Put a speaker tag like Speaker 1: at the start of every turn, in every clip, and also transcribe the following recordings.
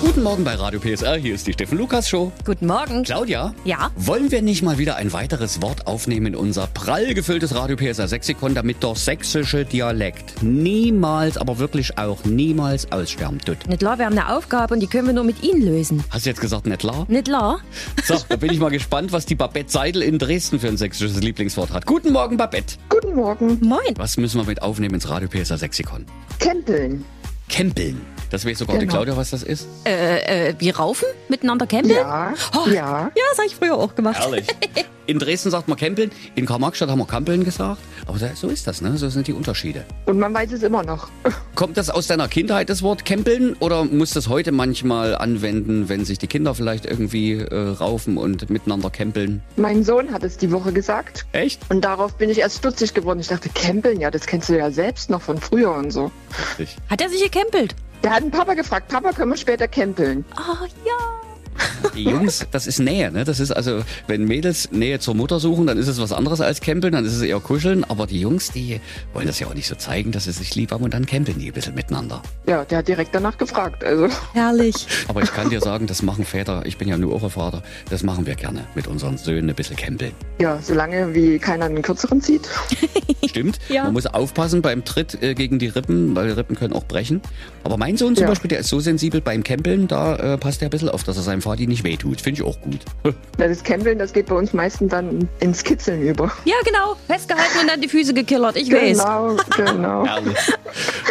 Speaker 1: Guten Morgen bei Radio PSR, hier ist die Steffen Lukas Show.
Speaker 2: Guten Morgen.
Speaker 1: Claudia?
Speaker 2: Ja?
Speaker 1: Wollen wir nicht mal wieder ein weiteres Wort aufnehmen in unser prall gefülltes Radio PSR Sexikon, damit der sächsische Dialekt niemals, aber wirklich auch niemals aussterben tut?
Speaker 2: Nicht klar, wir haben eine Aufgabe und die können wir nur mit Ihnen lösen.
Speaker 1: Hast du jetzt gesagt, nicht klar?
Speaker 2: Nicht klar?
Speaker 1: So, da bin ich mal gespannt, was die Babette Seidel in Dresden für ein sächsisches Lieblingswort hat. Guten Morgen, Babette.
Speaker 3: Guten Morgen.
Speaker 2: Moin.
Speaker 1: Was müssen wir mit aufnehmen ins Radio PSR Sexikon?
Speaker 3: Tempeln.
Speaker 1: Kempeln. Das weiß sogar die
Speaker 3: Genau.
Speaker 1: Claudia, was das ist.
Speaker 2: Äh, äh, wir raufen? Miteinander campen?
Speaker 3: Ja.
Speaker 2: Oh,
Speaker 3: Ja.
Speaker 2: Ja, das habe ich früher auch gemacht.
Speaker 1: Herrlich. In Dresden sagt man Kempeln, in Karl-Marx-Stadt haben wir Kampeln gesagt. Aber da, so ist das, ne? So sind die Unterschiede.
Speaker 3: Und man weiß es immer noch.
Speaker 1: Kommt das aus deiner Kindheit, das Wort Kempeln? Oder musst du es heute manchmal anwenden, wenn sich die Kinder vielleicht irgendwie äh, raufen und miteinander kempeln?
Speaker 3: Mein Sohn hat es die Woche gesagt.
Speaker 1: Echt?
Speaker 3: Und darauf bin ich erst stutzig geworden. Ich dachte, Campeln, ja, das kennst du ja selbst noch von früher und so.
Speaker 2: Hat er sich gecampelt?
Speaker 3: Da hat ein Papa gefragt, Papa, können wir später campeln?
Speaker 2: Oh, ja.
Speaker 1: Die Jungs, das ist Nähe, ne? Das ist also, wenn Mädels Nähe zur Mutter suchen, dann ist es was anderes als Kempeln, dann ist es eher Kuscheln. Aber die Jungs, die wollen das ja auch nicht so zeigen, dass sie sich lieb haben und dann kempeln die ein bisschen miteinander.
Speaker 3: Ja, der hat direkt danach gefragt. Also,
Speaker 2: Herrlich.
Speaker 1: Aber ich kann dir sagen, das machen Väter, ich bin ja nur auch ein Vater, das machen wir gerne mit unseren Söhnen ein bisschen kempeln.
Speaker 3: ja, solange wie keiner einen kürzeren zieht.
Speaker 1: Stimmt.
Speaker 2: Ja.
Speaker 1: Man muss aufpassen beim Tritt äh, gegen die Rippen, weil die Rippen können auch brechen. Aber mein Sohn zum
Speaker 3: Ja.
Speaker 1: Beispiel, der ist so sensibel beim Campeln, da äh, passt er ein bisschen auf, dass er seinem Vati nicht wehtut. Finde ich auch gut.
Speaker 3: Ja, das Campeln, das geht bei uns meistens dann ins Kitzeln über.
Speaker 2: Ja, genau. Festgehalten und dann die Füße gekillert. Ich weiß.
Speaker 3: Genau, genau.
Speaker 1: Herrlich.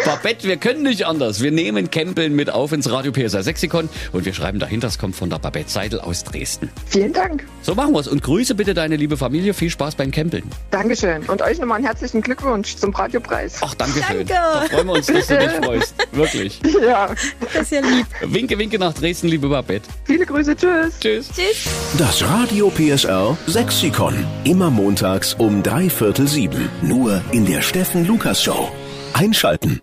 Speaker 1: Babette, wir können nicht anders. Wir nehmen Campeln mit auf ins Radio PSA Sexikon und wir schreiben dahinter, es kommt von der Babette Seidel aus Dresden.
Speaker 3: Vielen Dank.
Speaker 1: So machen wir's und grüße bitte deine liebe Familie. Viel Spaß beim Campeln.
Speaker 3: Dankeschön. Und euch nochmal einen herzlichen Glückwunsch zum Radiopreis.
Speaker 1: Ach, danke schön.
Speaker 2: Danke.
Speaker 1: Da freuen wir uns, dass du dich freust. Wirklich.
Speaker 3: Ja.
Speaker 2: Das ist ja lieb.
Speaker 1: Winke, winke nach Dresden, liebe Babette.
Speaker 3: Viele Grüße. Tschüss.
Speaker 1: Tschüss.
Speaker 2: Tschüss.
Speaker 4: Das Radio PSR Sexikon. Immer montags um drei Viertel sieben. Nur in der Steffen Lukas Show. Einschalten.